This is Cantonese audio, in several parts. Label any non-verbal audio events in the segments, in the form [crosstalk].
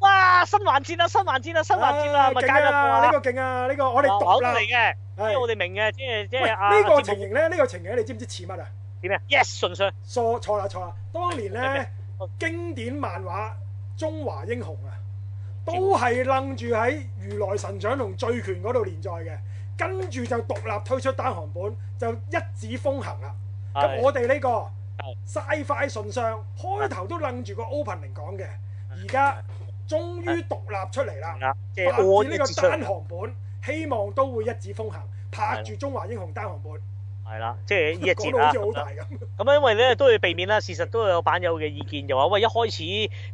啊，新環節啦，新環節啦，新環節啦，咪加咗個啊！啊呢個勁啊！呢個我哋流讀口啦嚟。嘅，即係係我哋明嘅，即係即喂，係啊呢個節情目形咧，呢個情形你知唔知似乜啊？點啊？Yes，純粹錯錯啦錯啦！當年咩咧咩哦經典漫畫《中華英雄》啊，哦都係楞住喺如來神掌同醉拳嗰度連載嘅，跟住就獨立推出單行本，就一指風行啦。咁我哋呢個係 Sci-Fi 信箱開頭都楞住個 opening 講嘅，而家終於獨立出嚟啦係。啦，即係拍我住呢呢個個單單行本，希望都會一指風行，拍住《中華英雄》單行本，係啦，即係呢一講節到好啦。似好咁樣大咁。咁啊，因為咧都要避免啦，事實都有版友嘅意見就話：喂，一開始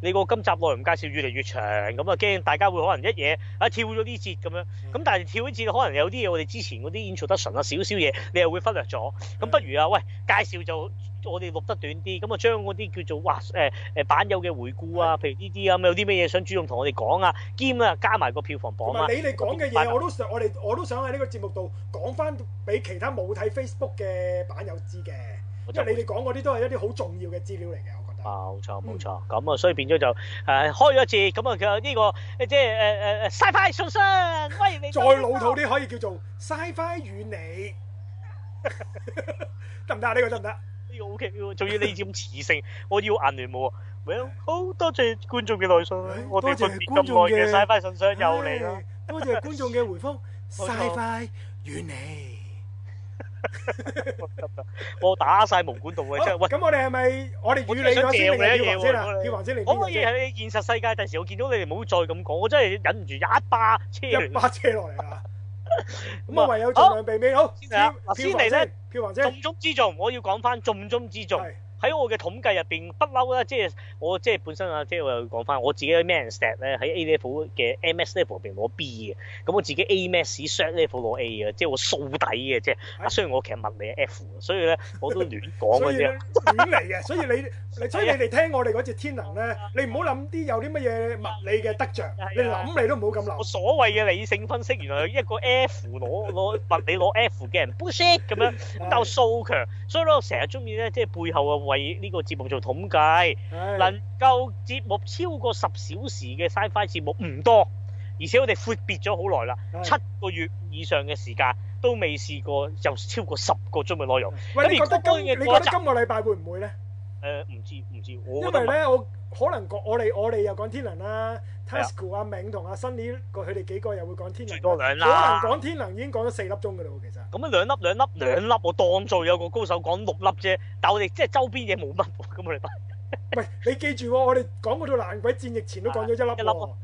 你個今集內容介紹越嚟越長，咁啊驚大家會可能一嘢啊跳咗呢節咁樣。咁但係跳呢節可能有啲嘢我哋之前嗰啲 introduction 啊少少嘢，你又會忽略咗。咁不如啊，喂，介紹就我哋錄得短啲，咁啊將嗰啲叫做哇誒誒版友嘅回顧啊，譬如呢啲啊咁有啲咩嘢想主動同我哋講啊，兼啊加埋個票房榜同啊埋。你哋講嘅嘢，我都想我哋我都想喺呢個節目度講翻俾其他冇睇 Facebook 嘅版友知嘅，我就因為你哋講嗰啲都係一啲好重要嘅資料嚟嘅，我覺得。冇錯冇錯，嗯咁啊，所以變咗就誒開咗一節，咁啊佢呢個誒即係誒誒誒 Sci-Fi 信箱，喂你再老土啲可以叫做 Sci-Fi 與你， [laughs] 得唔得啊？呢個得唔得？呢個 OK 喎，仲要呢種磁性，我要銀聯冇啊，Well，好多謝觀眾嘅來哎信，我哋分別咁耐嘅 Sci-Fi 信箱又嚟啦唉，多謝觀眾嘅回覆錯，Sci-Fi 與你。我打晒毛管道嘅真係，喂，咁我哋係咪我哋我與真係你想咗先定嚼你係一跳嘢喎環先啊？我哋跳環先定可跳唔可環以先？喺現實世界第時我見到你哋唔好再咁講，我真係忍唔住一巴車一你巴車落嚟啊！咁咁啊，啊唯有盡量避免好。先嚟跳啊跳嗱先環嚟呢先，跳環先重。中之重，我要講翻重中之重。係喺我嘅統計入邊，不嬲啦，即係我即係本身啊，即係我又講翻我自己嘅 man stat 咧，喺 A level 嘅 MS level 入邊攞 B 嘅，咁我自己 A max short level 攞 A 嘅，即係我掃底嘅，即係啊雖然我其實物理係 F，所以咧我都亂講哎 [laughs] 所嘅以啫。亂嚟嘅，所以你你所以你哋聽我哋嗰隻天能咧，你唔好諗啲有啲乜嘢物理嘅得着，係啊你諗你都唔好咁我諗。所謂嘅理性分析，原來一個 F 攞攞物理攞 F 嘅人 bullshit 咁 [laughs] 樣，哎咁但我數強，所以咧我成日中意咧，即係背後啊為呢個節目做統計。唉能夠節目超過十小時嘅 Sci-Fi 節目唔多，而且我哋闊別咗好耐啦，係七個月以上嘅時間都未試過有超過十個鐘嘅內容。誒、喂，咁你覺得而今谷歌嘅你覺嗰得一集今個禮拜會唔會咧？呃唔知唔知，因我覺得為唔係咧，我可能講我哋我哋又講天能啦，Tasco 阿銘同阿 à, Sunny 個佢哋幾個又會講天能最啦。多兩可能啦。講天能已經講咗四粒鐘㗎啦喎，其實。咁樣兩粒兩粒兩粒，我當做有個高手講六粒啫。但我哋即係周邊嘢冇乜喎，咁我哋喂，你記住喎，我哋講嗰套爛鬼戰役前都講咗一粒一粒喎咯，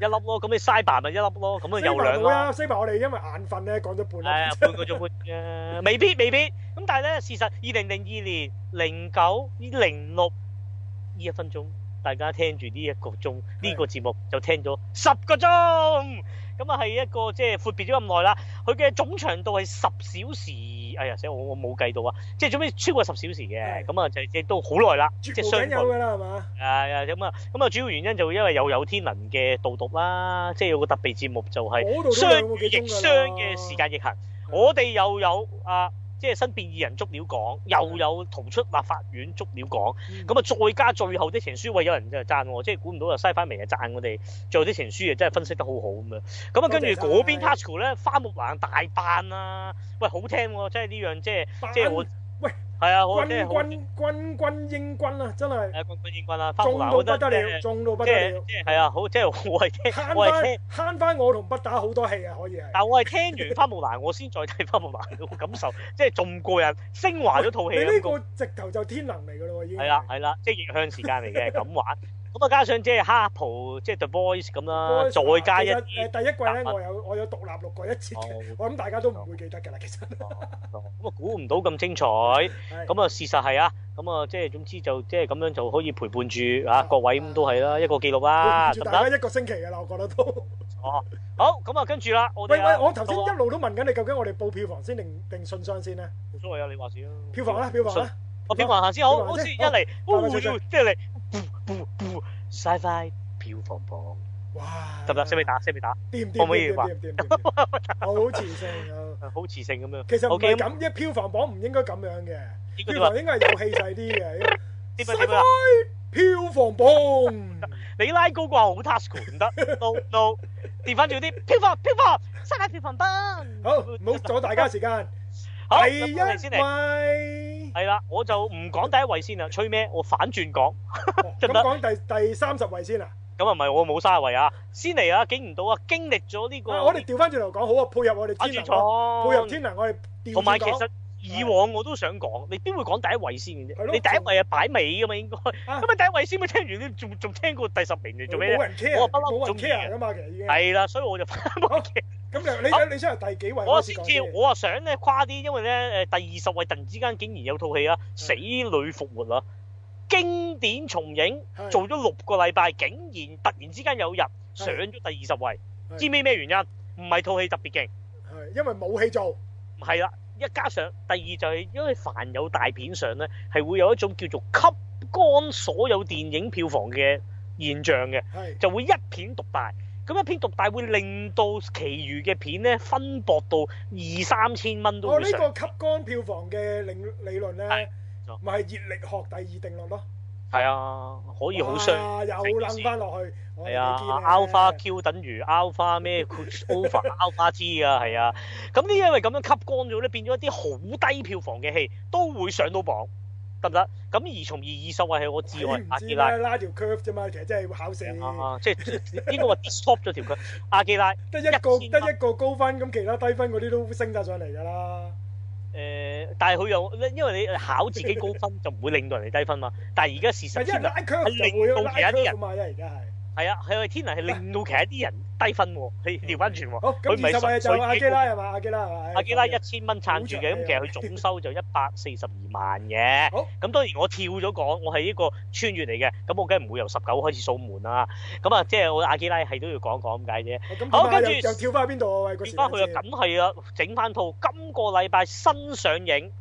一粒咯，咁你 Cyber 咪一粒咯，咁啊啊有兩冇啦。啊，西伯我哋因為眼瞓咧講咗半誒粒，哎半個鐘半啫， [laughs] 未必未必。咁但係咧，事實二零零二年、零九、零六呢一分鐘，大家聽住呢一個鐘呢、個節目就聽咗十個鐘。咁啊係一個即係闊別咗咁耐啦。佢嘅總長度係十小時，哎呀死我我冇計到啊！即係總之超過十小時嘅，係咁啊就即係都好耐啦，即絕係無相僅對。有㗎啦，係嘛？係啊，咁啊，咁啊，主要原因就因為又有天能嘅導讀啦，即係有個特別節目就係我度都雙兩個幾語鐘逆㗎雙嘅時間逆行，我哋又有啊，即係新變異人捉鳥講，又有逃出立法院捉鳥講，嗯咁啊再加最後啲情書，喂有人就讚喎，即係估唔到啊西番明就讚我哋最後啲情書啊，真係分析得好好咁樣。咁啊跟住多謝晒嗰邊 Tasco 咧，花木蘭大扮啦，喂好聽喎，真係呢樣即係扮啊即係我喂係啊，我真軍係好軍軍軍英軍啊，真係誒軍軍英軍啦，花木蘭中到我不覺得得了，誒中到不即得係了，即係係啊，好即係我係聽，慳我係聽，翻慳翻我同不打好多戲啊，可以係。但我係聽完花木蘭，我先再睇花木蘭嗰個感受，即係仲過癮，升華咗套戲啊你呢咁講。個直頭就天能嚟㗎咯喎，已經係啦，係啦，即係逆向時間嚟嘅咁玩。咁啊，加上即係哈葡，即係 The Voice 咁啦，我再加一其實啲。誒第一季咧，我有我有獨立錄啊過一次嘅，哦我諗大家都唔會記得㗎啦，其實咁啊，估唔到咁精彩。咁係啊，事實係啊。咁啊，即係總之就即係咁樣就可以陪伴住啊啊各位咁都係啦，一個記錄啦，啊，得唔大得？家一個星期㗎啦，我覺得都。哦，好，咁啊，跟住啦，我喂哋啊喂，我頭先到啊一路都問緊你，究竟我哋報票房先定定信箱先咧？冇所謂啊，你話事啊。票房啦，票房啦，我票房行先好，票房好似先一嚟，好呼快脆脆呼即係嚟，呼呼呼，Sci-Fi 票房榜哇！得唔得？使唔使？打？使唔使打？掂可掂唔可以掂話掂掂掂，好磁性啊！好磁性咁樣。其實唔 OK，係咁咁，一票房榜唔應該咁樣嘅，應該票點啊房應該係有氣勢啲嘅。點啊點啊？ Sci-fi 票房榜你拉高個好 task [laughs] 唔得，no no，調翻轉啲票房票房，世界票房燈。好，唔好阻大家時間。好，第一咁我哋先嚟。位，係啦，我就唔講第一位先啦，吹咩？我反轉講，得咁講第第三十位先啦。咁啊唔係我冇卅位啊，先嚟啊，竟唔到啊，經歷咗呢個啊，我哋調翻轉頭講好啊，配合我反哋轉天能，配合廠，天能，我哋調同埋轉其講實。以往我都想講，你邊會講第一位先嘅係啫？咯你第一位係擺尾噶嘛應該，啊咁啊第一位先咪聽完，你仲仲聽過第十名嚟做咩啫冇？啊人 care，我不嬲唔冇人中意 care 嘅噶嘛，其實已經。係啦，所以我就 [laughs] 翻屋企。咁你好你你出嚟第幾位我開始先講知先？，我啊想咧跨啲，因為咧誒第二十位突然之間竟然有套戲啊，嗯《死女復活》啊，經典重影，係做咗六個禮拜，竟然突然之間有日上咗第二十位，係知唔知咩原因？唔係套戲特別勁，係因為冇戲做，係啦，一加上第二就係因為凡有大片上咧，係會有一種叫做吸乾所有電影票房嘅現象嘅。係就會一片獨大。咁一片獨大會令到其餘嘅片咧分薄到二三千蚊都我會哦呢上。個吸乾票房嘅理理論係咧，冇錯咪係熱力學第二定律咯。係啊，可以好 À, 傷。哇又掕翻落去，我哋係啊見咧 à, ，alpha Q 等於 alpha 咩 [laughs] over alpha T 啊，係啊。咁呢因為咁樣吸乾咗咧，變咗一啲好低票房嘅戲都會上到榜，得唔得？咁而從而二十位係我你至愛哎唔阿知基拉咩。拉條 curve 啫嘛，其實真係考死，啊，即係應該話 stop 咗條佢阿基拉。得一個1000得一個高分，咁其他低分嗰啲都升晒上嚟㗎啦。誒、但係佢又因為你考自己高分就唔會令到人哋低分嘛。但係而家事實係因為天能拉 curve 就令到會拉其他啲人 curve 嘛，因為而家係。係啊，係啊天能係令到其他啲人低分喎，係調翻轉喎。好，佢唔係咁二十純位就粹阿基拉係嘛？阿基拉係嘛？阿基拉啊一千蚊撐住嘅，好咁長其實佢 [laughs] 總收就一百四十二萬嘅好。咁當然我跳咗講，我係一個穿越嚟嘅，咁我梗係唔會由十九開始數門啦。咁啊，即係我阿基拉係都要講講咁解啫。咁好點啊跟住又又跳翻去邊度啊？喂，個變時翻間佢啊，先梗係啊，整翻套今個禮拜新上映。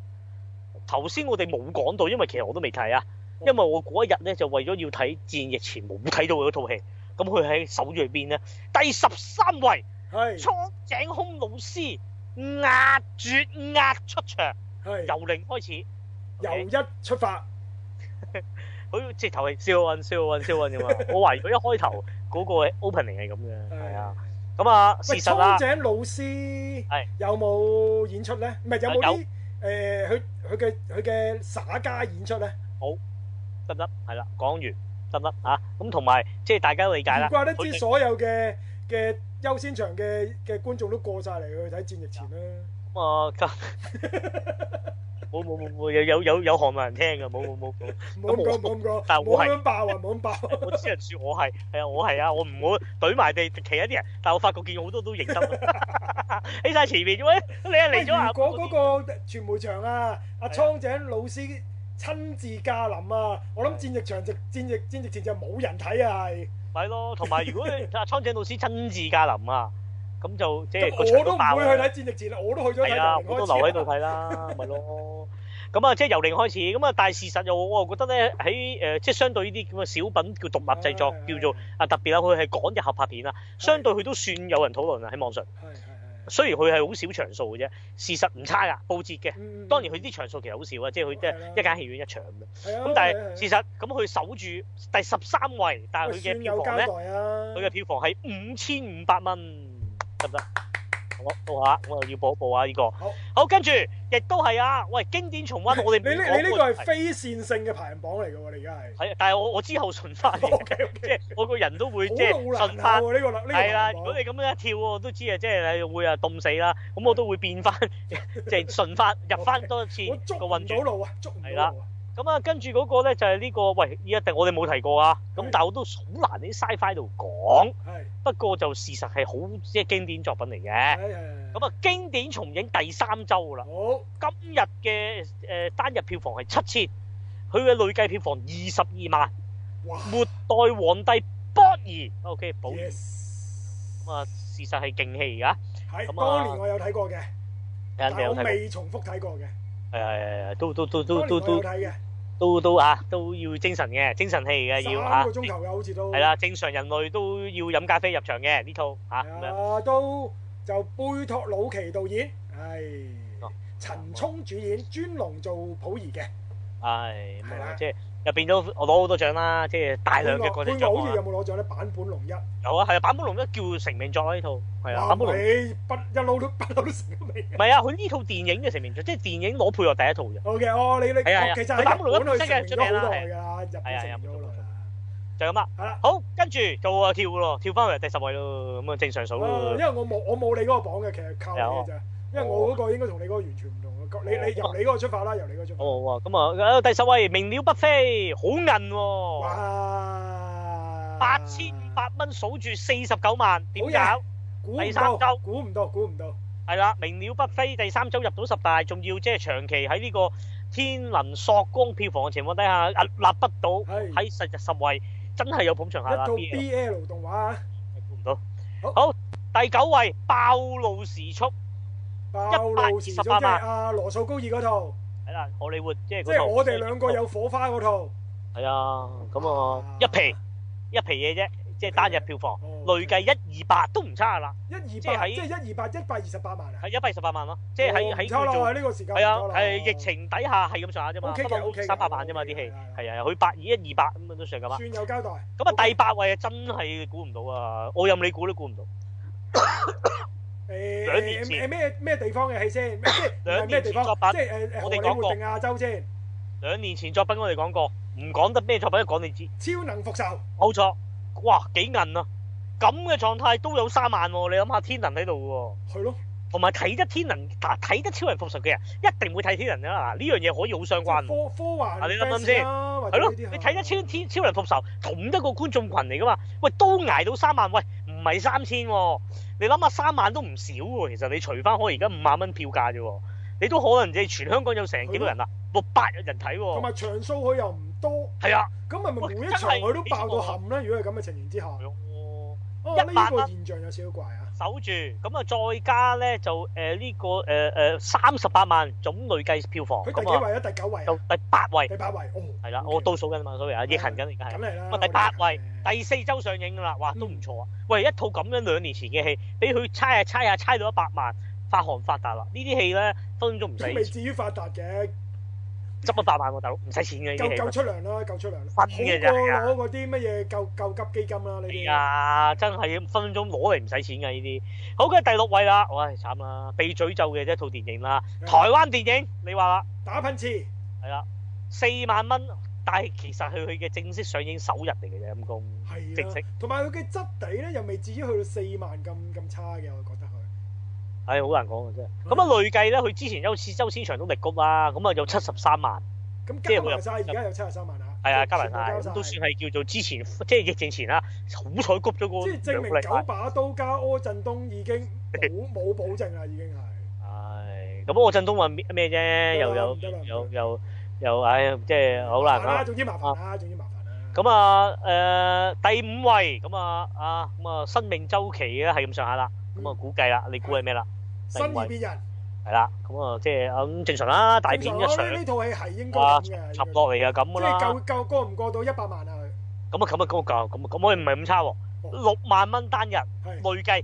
頭先我哋冇講到，因為其實我都未睇啊，哦因為我嗰一日咧就為咗要睇《戰役前》，冇睇到佢嗰套戲。咁佢喺守住邊咧？第十三位，係蒼井空老師壓絕壓出場，係由零開始。由一出發，佢直頭係笑運笑運笑運 [laughs] 啫嘛。我懷疑佢一開頭嗰個 opening 係咁嘅，係係啊。咁啊，事喂，實啦蒼，井老師係有冇演出咧？唔係有冇有啲誒佢佢嘅佢嘅耍家演出咧？得唔得？係啦，講完得唔得啊？咁同埋即係大家都理解啦。唔怪得佢知哋所有嘅嘅優先場嘅嘅觀眾都過晒嚟去睇戰役前啦。咁 [laughs] 啊，咁啊冇冇冇冇有有有有韓文人聽㗎，冇冇冇冇，唔好咁我咁講，唔好咁講，但唔我好係咁爆啊！唔好咁爆。我只能説我係係啊，我係啊，我唔好懟埋地其他啲人，但我發覺見好多都認 [laughs] 得，喺晒前面喂，你係嚟咗啊？如果嗰個傳媒場啊，阿蒼井老師親自駕臨啊，我諗戰役場就戰役戰役前就冇人睇啊，係。咪咯，同埋如果 [laughs] 你阿蒼井老師親自駕臨啊，咁就即係個咁場我都唔爆啦會去睇戰役前啦，我都去咗睇係啊，由我零都開留始喺度睇啦，咪咯。咁啊，即係由零開始，咁啊，但係事實又我又覺得咧，喺誒呃即係相對呢啲咁嘅小品叫獨立製作，叫做啊特別啦，佢係港日合拍片啦，相對佢都算有人討論啊喺網上。係係係，雖然佢係好少場數嘅啫，事實唔差㗎，報捷嘅。嗯當然佢啲場數其實好少啊，即係佢即係啦係一間戲院一場咁樣。係啊咁但係啊係啊係事實咁佢守住第十三位，但係佢嘅算票有房交咧，代啊，佢嘅票房係五千五百蚊，得唔得？我報下，我又要報一報啊！呢、個好好，跟住亦都係啊！喂，經典重 [laughs] 温，我哋你呢冇講你呢過個係非線性嘅排行榜嚟嘅喎，你而家係係啊但係我我之後順翻 [laughs] 嚟，即係我個人都會即係好順難翻拗。啊呢個呢個係排啦，行如榜果你咁樣一跳，我都知啊，即係你會啊凍死啦。咁我都會 [laughs] 變翻，即係順翻入翻多一次我捉個唔運到轉。路啊，捉唔係到啦路啊，咁啊，跟住嗰個咧就係呢個，喂，依一定我哋冇提過啊。咁但係我都好難喺 sci-fi 度講。係不過就事實係好即係經典作品嚟嘅。係係咁啊，經典重影第三週啦。好今日嘅誒單日票房係七千，佢嘅累計票房二十二萬。哇末代皇帝波兒，OK，保兒，yes，咁啊，事實係勁戲㗎。係咁啊當年我有睇過嘅，有但你有我睇過？未重複睇過嘅，誒都都都都當年我都有都睇嘅，都都啊，都要精神嘅，精神氣嘅要三啊個，鐘頭嘅好似都係啦，正常人類都要飲咖啡入場嘅呢套嚇咁樣。啊，都就貝托魯奇導演，係哦陳沖主演，尊龍做溥儀嘅，唉，咁係啊，啦即係入邊都我攞好多獎啦，即係大量嘅國際潘岳好似獎有啊！冇攞獎咧？版本龍一，有啊，係啊，坂本龍一叫成名作啊呢套，係啊，坂哇你本不龍一路都不 [laughs] 嬲都成咗未唔係啊，佢呢套電影嘅成名作，即係電影攞配樂第一套啫， ？O K，哦，你你係啊係啊其實喺版本日龍一本佢成真係出名咗啦好耐㗎啦，日係本啊成咗好耐啦。就係咁啦。係啦，好，跟住就啊跳咯，跳翻去第十位咯，咁啊正常數啊咯。因為我冇我冇你嗰個榜嘅，其實靠你嘅咋，因為我嗰個應該同你嗰個完全唔同嘅。你你由你嗰個出發啦，由你嗰個出好發。好啊，咁啊第十位鳴鳥不飛，好韌喎，哇！八千五百蚊數住四十九萬，點好搞嘢？估第唔三到周，估唔到，估唔到。係啦，鳴鳥不飛第三周入到十大，仲要即係長期喺呢個天能索光票房嘅情況底下，屹立不倒係喺實十位，真係有捧場一客啦套，BL BL 動畫啊，估唔到。好好，第九位爆露時速爆露時鐘即128係萬阿羅素高爾嗰套，係啦，荷里活即係即嗰係套我哋兩個有火花嗰套。係啊，咁啊啊一皮一皮嘢啫，即係單日票房哦累計一二百都唔差啦，一二係八，喺即係一二八一百二十八萬啊！係一百二十八萬咯，即係喺哦唔喺錯叫啦做喺。呢個時間係啊唔錯，啦係疫情底下係咁上下啫嘛， OK 嘅不過 OK 嘅三百萬啫嘛啲戲係啊，係啊，佢百二一二百咁都上咁啊。算有交代。咁啊，第八位啊，真係估唔到啊！我任你估都估唔到，誒兩年前誒咩咩地方嘅戲先？即係唔係兩咩年地前方作品？即係誒誒荷我哋里講過活定亞洲先？兩年前作品我哋講過，唔講得咩作品都講你知，超能復仇冇錯。哇，幾韌啊！咁嘅狀態都有三萬喎，你諗下天能喺度係咯，喎，同埋睇得天能嗱睇得超人復仇嘅人，一定會睇天能㗎啦。嗱呢樣嘢可以好相關喎。科科幻嗱你諗諗 fans 先啦，或係者咯，呢啲你睇得超天超人復仇同一個觀眾群嚟噶嘛？喂，都捱到三萬，喂，唔係三千喎。你諗下三萬都唔少喎，其實你除翻開而家五萬蚊票價啫喎，你都可能即係全香港有成幾多人啦，六百人睇同喎。埋場數佢又唔多，哦係啊，咁係咪喂每一真場係佢都爆到冚咧？如果係咁嘅情形之下，係喎哦一啊呢萬個啦現象有少少怪啊！守住咁啊，再加咧就誒呢個誒誒三十八萬總累計票房佢第咁幾啊，位啊？第九位啊就第八位第八位哦，係啦， OK 我倒數緊啊嘛，所以啊，逆行緊而家係咁。嚟嗯啦，咁嗯啊，我哋第八位睇，下第四周上映㗎啦，哇，都唔錯啊！喂，一套咁樣兩年前嘅戲，俾佢猜下猜下，啊猜到一百萬，發行發達啦！呢啲戲咧分分鐘唔都未使至於發達嘅，執一百萬喎，大佬唔使錢嘅呢夠夠啲戲。出糧啦，夠出糧啦，好啊分過嘅咋係啊攞嗰啲乜嘢救救急基金啦呢係啲。啊，真係分分鐘攞嚟唔使錢㗎呢啲。好嘅，第六位啦，唉慘啦，被詛咒嘅一套電影啦，嗯台灣電影，你話啦，打噴嚏，係啦，四萬蚊，但係其實係佢嘅正式上映首日嚟嘅啫，陰公。正係啊式啦，同埋佢嘅質地咧又未至於去到四萬咁咁差嘅，我覺得佢。唉，好難講嘅啫。嗯咁啊，累計咧，佢之前優先優先場都力谷啦，咁啊有七十三萬。咁即係加佢埋又晒，而家有七十三萬啦。係啊，即加埋係晒全部咁交都算係叫做之前即係疫症前啦，好彩谷咗即個係證兩個明禮九拜。把刀加柯震東已經 [laughs] 冇冇保證啦，已經係。唉，咁我振東話咩咩啫？又有得啦唔又得又又唉，即係好難麻煩啦，啦。啊總之麻煩啦，總之麻煩啦。咁啊誒第五位咁啊啊咁啊生命周期嘅係咁上下啦，嗯咁啊估計啦，你估係咩啦？第新五異位變人，係啦，咁啊即係咁正常啦，大片一正常上咯呢呢套戲係應該啊咁嘅，插落嚟啊咁即噶係啦。夠夠過唔過到一百萬啊？咁啊咁啊咁啊咁啊咁我唔係咁差喎，哦六萬蚊單日係。累計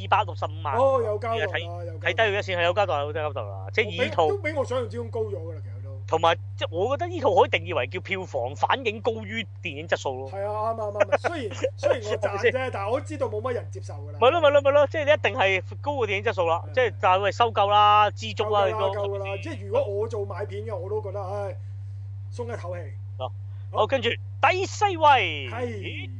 二百六十五萬。哦，有交代啊睇啦，有睇低佢一線係有交代，有交代啦，即係以比套都比我想象之中高咗㗎啦，其實都。 [laughs] 同埋即係我覺得呢套可以定義為叫票房反應高於電影質素咯。係啊，啱啊啱啊。[laughs] 雖然雖然我賺啫，但係我都知道冇乜人接受㗎啦。咪咯咪咯咪咯，即係你一定係高過電影質素啦，即係但係喂收夠啦，知足啊夠啦，㗎你啦，都夠㗎啦。即係如果我做買片嘅，我都覺得唉，鬆一口氣。哦好，跟住第四位，係。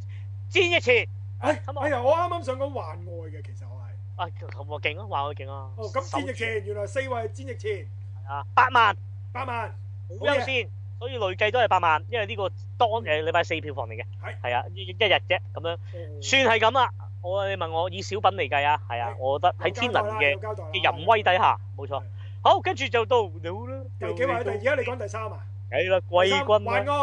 戰一前，哎咁啊哎呀！我啱啱想講幻愛嘅，其實我係啊咁我勁啊，話我勁啊，哦咁手戰役前，原來四位戰役前啊八萬八萬，好優先，所以累計都係八萬，因為呢個當誒禮拜四票房嚟嘅，係係啊一一日啫咁樣，哦算係咁啦。我你問我以小品嚟計啊，係啊係，我覺得喺有天交代能啦嘅有。交代啦嘅淫威底下，冇錯係。好，跟住就到到啦，第幾位？第而係家你講第三啊？啦，第季三軍幻啦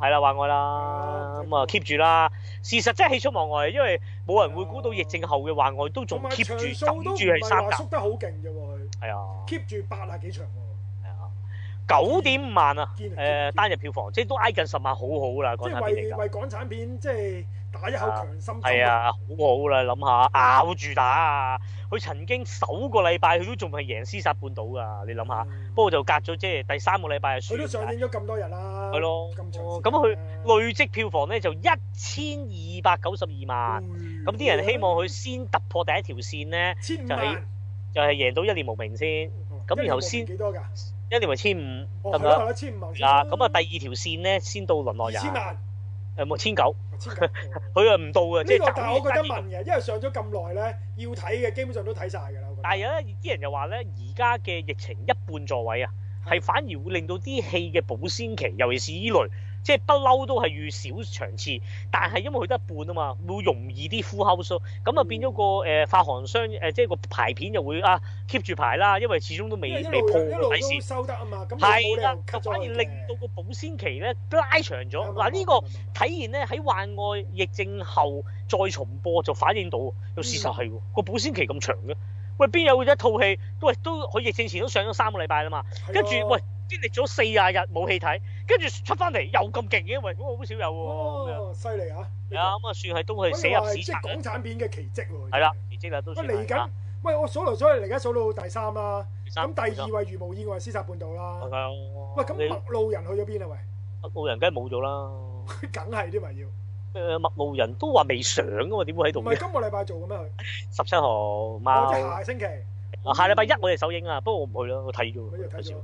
愛，係啦，幻愛啊啦，咁啊 keep 住啦。事實真係喜出望外，因為冇人會估到疫症後嘅幻愛都同仲埋 keep 場住數枕都唔住係係三話甲，縮得好勁啫喎佢係啊， ，keep 住八啊幾場喎，係啊，九點五萬啊，堅啊堅啊誒單日票房，即係都挨近十萬，好好啦，即港產係片嚟為㗎。為港產片即係打一口強心針。係啊，好好啦，諗下咬住打啊！佢曾經首個禮拜佢都仲係贏斯薩半島㗎，你諗下。嗯不過就隔咗即係第三個禮拜就佢都輸上咗映咗咁多日啦，係咯咁長時間啦咁佢累積票房咧就一千二百九十二萬。嗯咁啲人希望佢先突破第一條線咧，千五就係萬，就係贏到一年無名先，咁然後先一年冇幾多㗎？一年咪千五得哦，係唔咯係得？咯，千五萬啊，咁啊第二條線咧先到淪落二人，千誒萬，冇千九， [laughs] 千九。哦佢啊唔到嘅，即呢係個但係我覺得爭啲問嘅，因為上咗咁耐咧，要睇嘅基本上都睇晒㗎啦。我覺得但係有一啲人又話咧，而家嘅疫情一半座位啊，係反而會令到啲戲嘅保鮮期，尤其是依類，即係不嬲都係預少場次，但係因為佢得一半啊嘛，會容易啲 full house 咯咁啊嗯變咗個誒發行商誒，即係個排片又會啊 keep 住排啦，因為始終都未因為一未路破一路底都線。收得啊嘛，咁你冇係理啦由，就 cut 咗反而佢嘅啊令到個保鮮期咧拉長咗。嗱呢個。體現咧喺患外疫症後再重播就反映到，有事實係喎，嗯個保鮮期咁長嘅。喂，邊有一套戲都喂都佢疫症前都上咗三個禮拜啦嘛，啊跟住喂經歷咗四廿日冇戲睇，跟住出翻嚟又咁勁嘅，喂咁好少有喎咁樣。哦，犀利啊！係啊，咁啊算係都係寫入入史即冊係嘅港產片嘅奇蹟喎。係啦，奇蹟啦都喂，算嚟係緊啊。，喂，我數來數去，而家數到第三啦。第三咁第二冇錯位如無意外，屍殺半島係啦。啊喂，咁你麥路人去咗邊啊？麥路人梗係冇咗啦。喂，梗係啲咪要，唔誒麥路人都話未上㗎嘛，點會喺度係嘅？今個禮拜做嘅咩佢？十七號哦，即係貓。下星期。啊下禮拜一我哋首映啊，不過我唔去啦，我睇咗我喎。又睇睇咗咗。，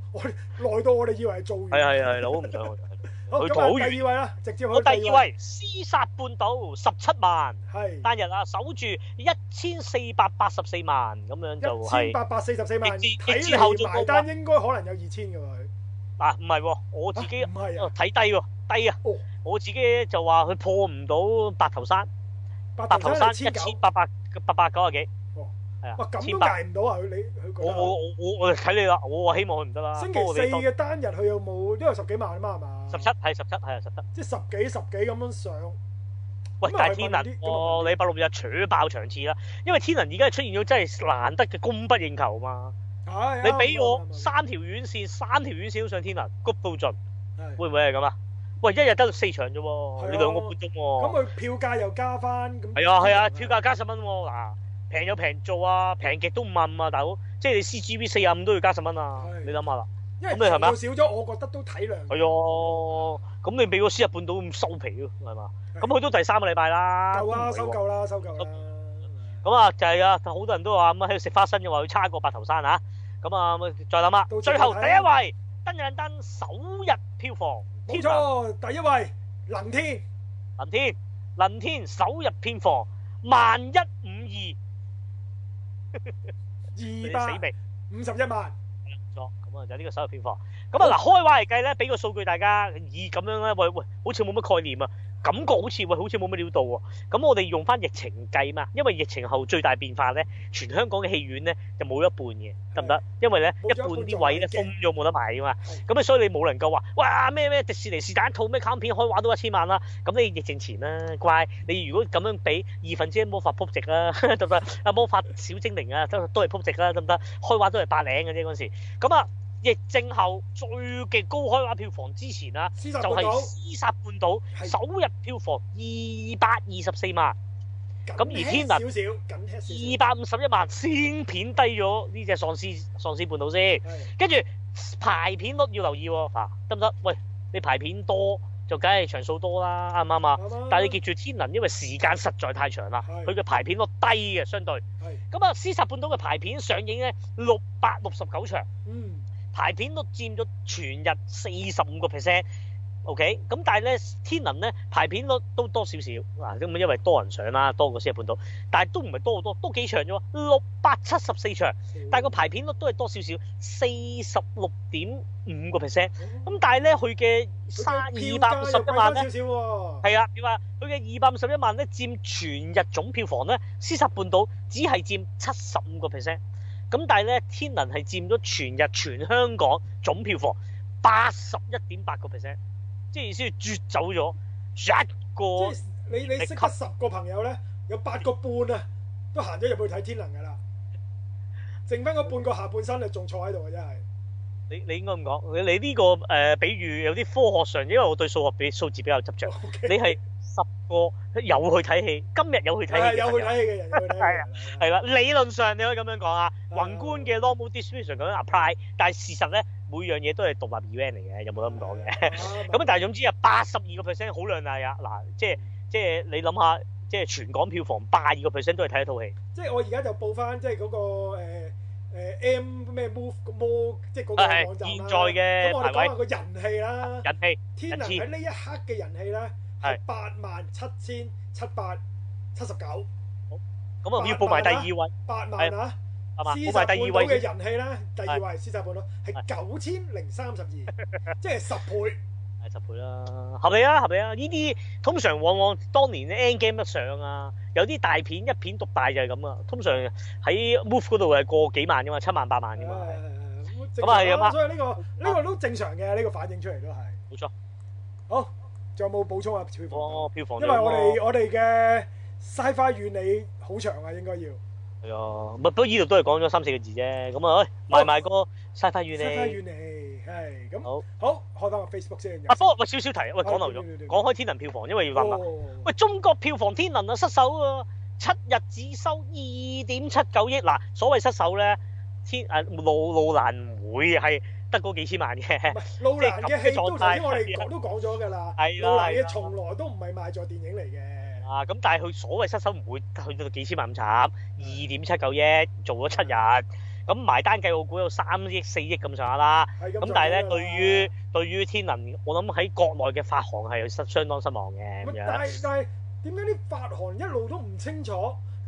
我耐到我哋以為係做完。係啊係啊係啦，我唔想去。 [laughs] 好，佢咁好啊，遠第二位啦，直接去我第二。位屍殺半島十七萬係單日啊，守住一千四百八十四萬咁樣就一千係八百四十四萬，直睇至直至後嚟續埋單應該可能有二千嘅喎佢。嗱啊唔係喎，我自己啊唔係哦啊，睇低喎，低啊哦！我自己就話佢破唔到白頭山，白白頭山一千九千，八百八百九啊幾哦，係哇啊，咁千都八。捱唔到啊！佢你佢覺我得我我我睇你啦，我希望佢唔得啦。星期不過四你當嘅單日佢有冇？因為十幾萬啊嘛，係嘛？十七，係十七係啊十七。即係十幾十幾咁樣上。喂，咁啊但係天能係問啲咁啊哦，禮拜六日扯爆場次啦，因為天能而家出現咗真係難得嘅供不應求嘛。係啊你俾我，啱三條院線，三條院線都上天能，谷到盡，啱啱啱係會唔會係咁啊？喂，一日得四場啫係喎，啊你兩個半鐘喎。咁佢票價又加翻咁。係啊係啊，票價加十蚊喎，嗱，平有平做啊，平極都五萬五啊，大佬，即係你 CGV 四廿五都要加十蚊啊係，你諗下啦。因為咁你係咪啊票少咗，我覺得都體諒。係啊，咁你俾個私日半島咁收皮咯，係嘛？咁佢都第三個禮拜啦，夠啊都唔啦，會收喎夠啦，收夠啦。咁啊，就係啊，好多人都話咁啊喺度食花生又話佢差過白頭山啊。咁啊，再諗下，到最後第時睇一啦位登人登首日票房，冇天能錯，第一位能天。林天林天首日票房萬一五二二，你死百未？五十一萬，咗咁啊，就呢個首日票房。咁啊，嗱開話嚟計咧，俾個數據大家以咁樣咧，喂喂，好似冇乜概念啊，感覺好似喂好似冇乜料到喎。咁我哋用翻疫情計嘛，因為疫情後最大變化咧，全香港嘅戲院咧就冇一半嘅，得唔得？因為咧冇一咗一半半啲位咧座封位咗冇得賣啊嘛係。咁啊，所以你冇能夠話哇咩咩迪士尼是但一套咩卡通片開畫都一千萬啦。咁你疫情前啦，乖，你如果咁樣俾二分之一魔法撲值啦， [laughs] 得唔得？啊魔法小精靈啊，都都係撲值啦，得唔得？開畫都係八零嘅啫嗰陣時。咁啊，疫症後最極高開畫票房之前啊，就屍殺半係島，屍殺半島係首日票房二百二十四萬，咁而天啊能少少，緊吃少二百五十一萬，先片低咗呢只喪屍喪屍半島先。少，係跟住排片率要留意喎，嗱得唔得？喂，你排片多就梗係場數多啦，啱唔啱啊？啱啊但係你記住天能，因為時間實在太長啦，係佢嘅排片率低嘅相對。係咁啊，《屍殺半島》嘅排片上映咧六百六十九場，嗯排片率佔咗全日四十五個 percent。OK，咁但係咧天能咧排片率都多少少嗱，咁因為多人上啦，多過《屍殺半島》，但係都唔係多好多，都幾場啫喎，六百七十四場，但係個排片率都係多少少，四十六點五個 percent。咁但係咧佢嘅三二百五十一萬咧。少少喎，係啊，你話佢嘅二百五十一萬咧，佔全日總票房咧，屍殺半島只係佔七十五個 percent。咁但係咧，天能係佔咗全日全香港總票房八十一點八個 percent，即係意思係絕走咗一個即係你你識得十個朋友咧，有八個半啊，都行咗入去睇天能㗎啦，剩翻嗰半個下半身啊，仲坐喺度嘅真係，你你應該咁講，你你呢個誒比喻有啲科學上，因為我對數學比數字比較執着。 OK 你係十個有去睇戲，今日有去睇 [laughs] 係啊戲嘅有朋去友睇戲嘅人，有去睇戲嘅人係啊係啊 [laughs] 係啦，理論上你可以咁樣講啊，係宏觀嘅 normal distribution 咁樣 apply，但係事實咧每樣嘢都係獨立 event 嚟嘅，有冇得咁講嘅？啱咁啊但係總之啊，八十二個 percent 好亮麗啊！嗱，即係即係你諗下，即係全港票房八十二個 percent 都係睇一套戲，即係我而家就報翻，即係嗰個誒誒 M 咩 Move More，即係嗰個啊係網站啦。現在嘅咁我排哋講下個人氣啦，人氣天能喺呢一刻嘅人氣咧係係八萬七千七百七十九，咁啊要報埋第二位八萬啊！係嘛？報獅子埋半第島二位先嘅人氣咧，第二位獅子半島係九千零 [laughs] 三十二，即係十倍。哎係十倍啦，合理啊合理啊！呢啲通常往往當年 N game 一上啊，有啲大片一片獨大就係咁啊。通常喺 Move 嗰度係過幾萬噶嘛，七萬八萬噶啊嘛，係咁係咁啊所以呢個呢個都正常嘅，呢個反映出嚟都係。冇錯。好，仲有冇補充啊？票房，哦，票房因為我哋我哋嘅 sci-fi 原理好長啊，應該要係啊，唔不過呢度都係講咗三四個字啫。咁啊，喂賣埋個西花園 sci-fi 你。原理係咁。好好，開翻個 Facebook 先。啊，不過喂少少提，喂講漏啊對對咗，對講開天能票房，因為要諗啦。哦喂，中國票房天能啊失手啊，七日只收二點七九億。嗱，所謂失手咧，天誒路路難會係得嗰幾千 [laughs] 萬嘅唔。係路蘭嘅戲都即係咁嘅狀態頭先我哋講都講咗㗎啦，係路啦蘭係嘅啦從來都唔係賣座電影嚟嘅。啊，咁但係佢所謂失手唔會去到幾千萬咁慘，二點七九億做咗七日，咁埋單計我估有三億四億咁上下啦。係咁但係咧，上下㗎啦對於對於天能，我諗喺國內嘅發行係有失相當失望嘅咁喂樣但。係但係點解啲發行一路都唔清楚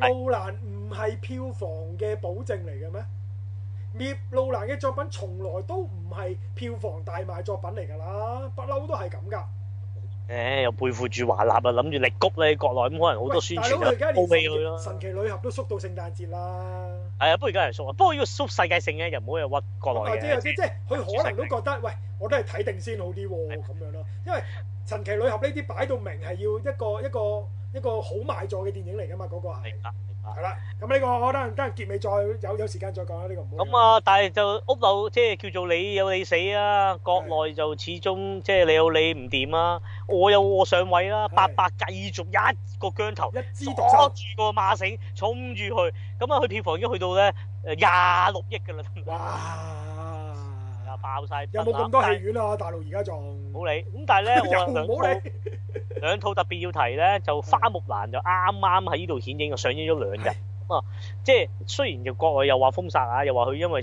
係路蘭唔係票房嘅保證嚟嘅咩？葉路蘭嘅作品從來都唔係票房大賣作品嚟㗎啦，不嬲都係咁㗎。誒，又背負住華納啊，諗住力谷咧國內咁，可能好多宣傳喂大啊佬而家，連報俾佢咯。神奇女俠都縮到聖誕節啦。係啊，不如而家嚟縮啊，不過要縮世界性嘅，又唔好又屈國內或者有嘅。啊啲即係佢可能都覺得，喂，我都係睇定先好啲喎，咁樣咯。因為神奇女俠呢啲擺到明係要一個一個一個好賣座嘅電影嚟㗎嘛，嗰個係。明白明白係啦，咁呢個我等等結尾再有有時間再講啦，呢、個唔好。咁，啊，但係就屋漏即係叫做你有你死啊，國內就始終即係你有你唔掂啊，我有我上位啦，係八百繼續一個姜頭。一枝獨鎖秀，住個馬繩，衝住佢，咁啊，佢票房已經去到咧誒廿六億㗎啦，哇！啊爆晒！有冇咁多戲院啊？大陸而家仲冇理，咁 [laughs] 但係咧，我啊有又兩唔好套理，兩套特別要提咧，就《花木蘭》就啱啱喺呢度顯映，上映咗兩日。咁啊，即係雖然就國外又話封殺啊，又話佢因為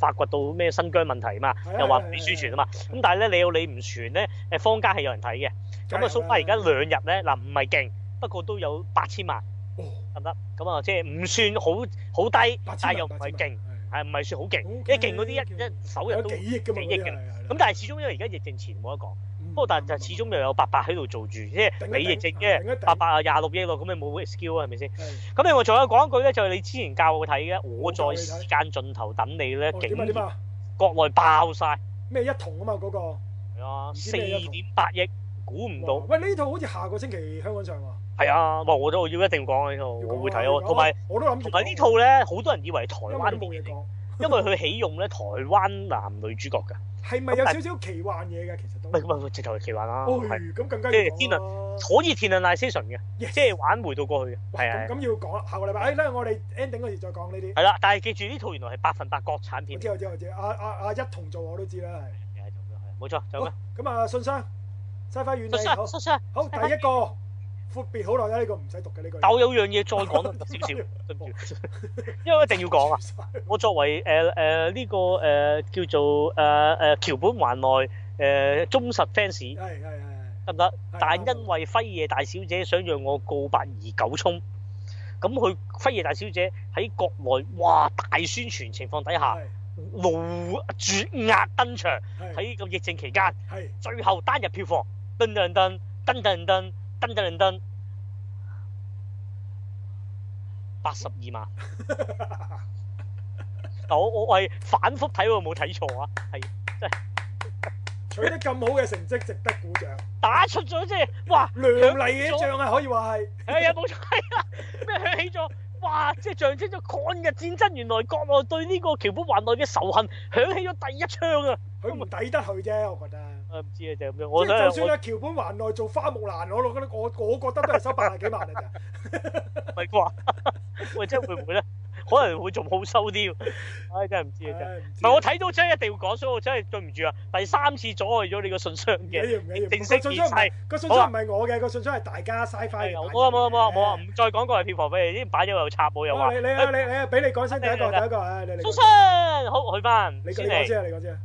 發掘到咩新疆問題嘛係啊，又話唔俾宣傳啊嘛，咁但係咧你有你唔傳咧，誒坊間係有人睇嘅。咁啊，蘇花而家兩日咧，嗱唔係勁，不過都有八千萬哦得唔得？咁啊，即係唔算好好低，八但千係萬又唔係勁，，八係唔係算好勁？ OK，一勁嗰啲一 OK 一手千萬日有都幾億啊㗎嘛？幾億嗰啲㗎係係係咁，但係始終因為而家疫症前冇得講。嗯不過但就始終又有八百喺度做住，即頂一係頂你疫症頂一頂啫，八百啊廿六億咯，咁你冇 skill 啊，係咪先？係咁另外仲有講一句咧，就係你之前教我睇嘅，我我教你在睇時間盡頭等你咧，哦竟點啊點然啊？國內爆晒，咩一同啊嘛嗰個？係啊，唔四知咩一套點八億，估唔哇到，喂，呢套好似下個星期香港上喎。係啊，哇！我都我要一定講啊呢套，要我會講啊睇要喎，講同埋啊我都諗住同埋呢講套咧，好多人以為係台因灣為都冇電嘢影，講，因為佢起用咧台灣男女主角㗎，係咪有少少奇幻嘢㗎？其實都唔。係唔係直頭係奇幻啦，哦，係咁更加即要係天能講啦可以 t e n a l i z a t i o n 嘅， Yes 即係玩回到過去嘅，哇係啊咁。咁要講啦，下個禮拜，誒咧，我哋 ending 嗰時再講呢啲。係啦，但係記住呢套原來係百分百國產我片嚟知我知我知，阿阿阿一同做我都知啦，嘅，係冇錯，就咁係。好啦。，咁啊，信生，西花遠出你聲，好出聲。好第一個闊別好耐啦，呢個唔使讀嘅呢個。但我有樣嘢再講得唔得少少， [laughs] 對唔住，因為一定要講啊。我作為誒誒呢個誒、呃叫做誒誒、呃呃橋本環奈誒、呃忠實 fans 係係係得唔得？係但因為輝夜大小姐想讓我告白而九衝，咁佢輝夜大小姐喺國內哇大宣傳情況底下，係怒絕壓登場係係喺個疫症期間。係最後單日票房，噔噔噔噔噔噔噔噔噔，八十二 [laughs] 萬。但我我我係反覆睇，我冇睇錯啊，係取得咁好嘅成績，值得 [laughs] 鼓掌。打出咗即係 [laughs] 哇，亮麗嘅仗啊，可以話係係啊冇錯係啊，咩響起咗。哇！即係象徵咗抗日戰爭，原來國內對呢個橋本環奈嘅仇恨響起咗第一槍啊！佢唔抵得佢啫，我覺得。啊唔知啊，就咁樣。即我想係就我算阿橋本環內做花木蘭，我覺得 [laughs] 我我覺得都係收百廿幾萬嚟咋。唔係啩？ [laughs] 喂，真係會唔會咧？可能會仲好收啲喎。唉，真係唔知啊，真係。唉唔唔知係我睇到真係一定要講，所以我真係對唔住啊！第三次阻礙咗你個信箱唔嘅緊要唔緊要，正個式信箱唔係面個信好啊箱唔係我嘅，個信箱係大家 sci-fi 嘅係啊大冇啊冇啊冇啊嘅冇啊！唔再講過係票房飛，已經擺咗又插我又話好你你啊你你啊，俾你講先第一個你你第一個，唉你你信講箱好去翻你先講嚟。先啊，你講先啊。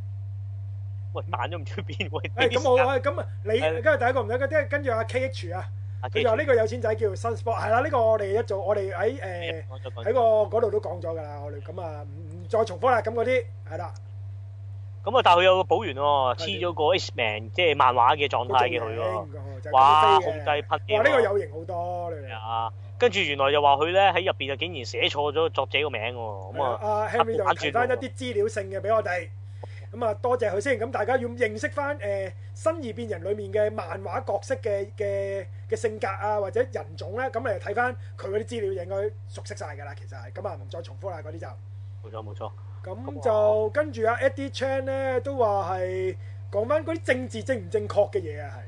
喂，慢咗唔知邊喂。誒咁我啊咁啊，你係跟住第一個唔得，跟住跟住阿 KH 啊，啊佢就話呢個有錢仔叫 Sunspot，係啦，呢個我哋一早我哋喺誒。哎講咗講咗喺個嗰度都講咗㗎啦，我哋咁啊唔唔再重複啦，咁嗰啲係啦，咁啊，但係佢有個補完喎，黐咗個 X-Man 即係漫畫嘅狀態嘅佢喎。喎，就係哇，咁控飛制嘅，匹嘅喎。哇呢個有型好多，你明唔明啊啊！跟住原來又話佢咧喺入邊啊，竟然寫錯咗作者個名喎，咁啊阿 Henry 就提翻一啲資料性嘅俾我哋，咁啊多謝佢先，咁大家要認識翻誒新異變人裡面嘅漫畫角色嘅嘅嘅性格啊或者人種咧，咁你就睇翻佢嗰啲資料就應該熟悉晒㗎啦，其實係咁啊唔再重複啦嗰啲就。冇錯冇錯，啊咁就跟住阿 Eddie Chan 咧都話係講翻嗰啲政治正唔正確嘅嘢啊，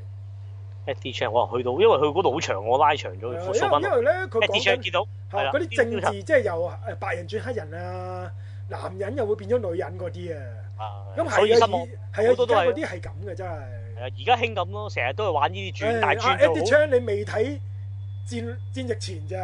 一啲 check 我話去到，因為佢嗰度好長，我拉長咗係啊佢數因為翻因為咧佢一講啲 check 緊見到係嚇啦嗰啲政治即係由誒白人轉黑人啊，男人又會變咗女人嗰啲啊，啊咁，所以係失啊，望。而係啊，好多都而家係嗰啲係咁嘅真係。係啊，而家興咁咯，成日都係玩呢啲轉大誒阿轉就 Eddie 好， Chan 你未睇戰戰役前咋，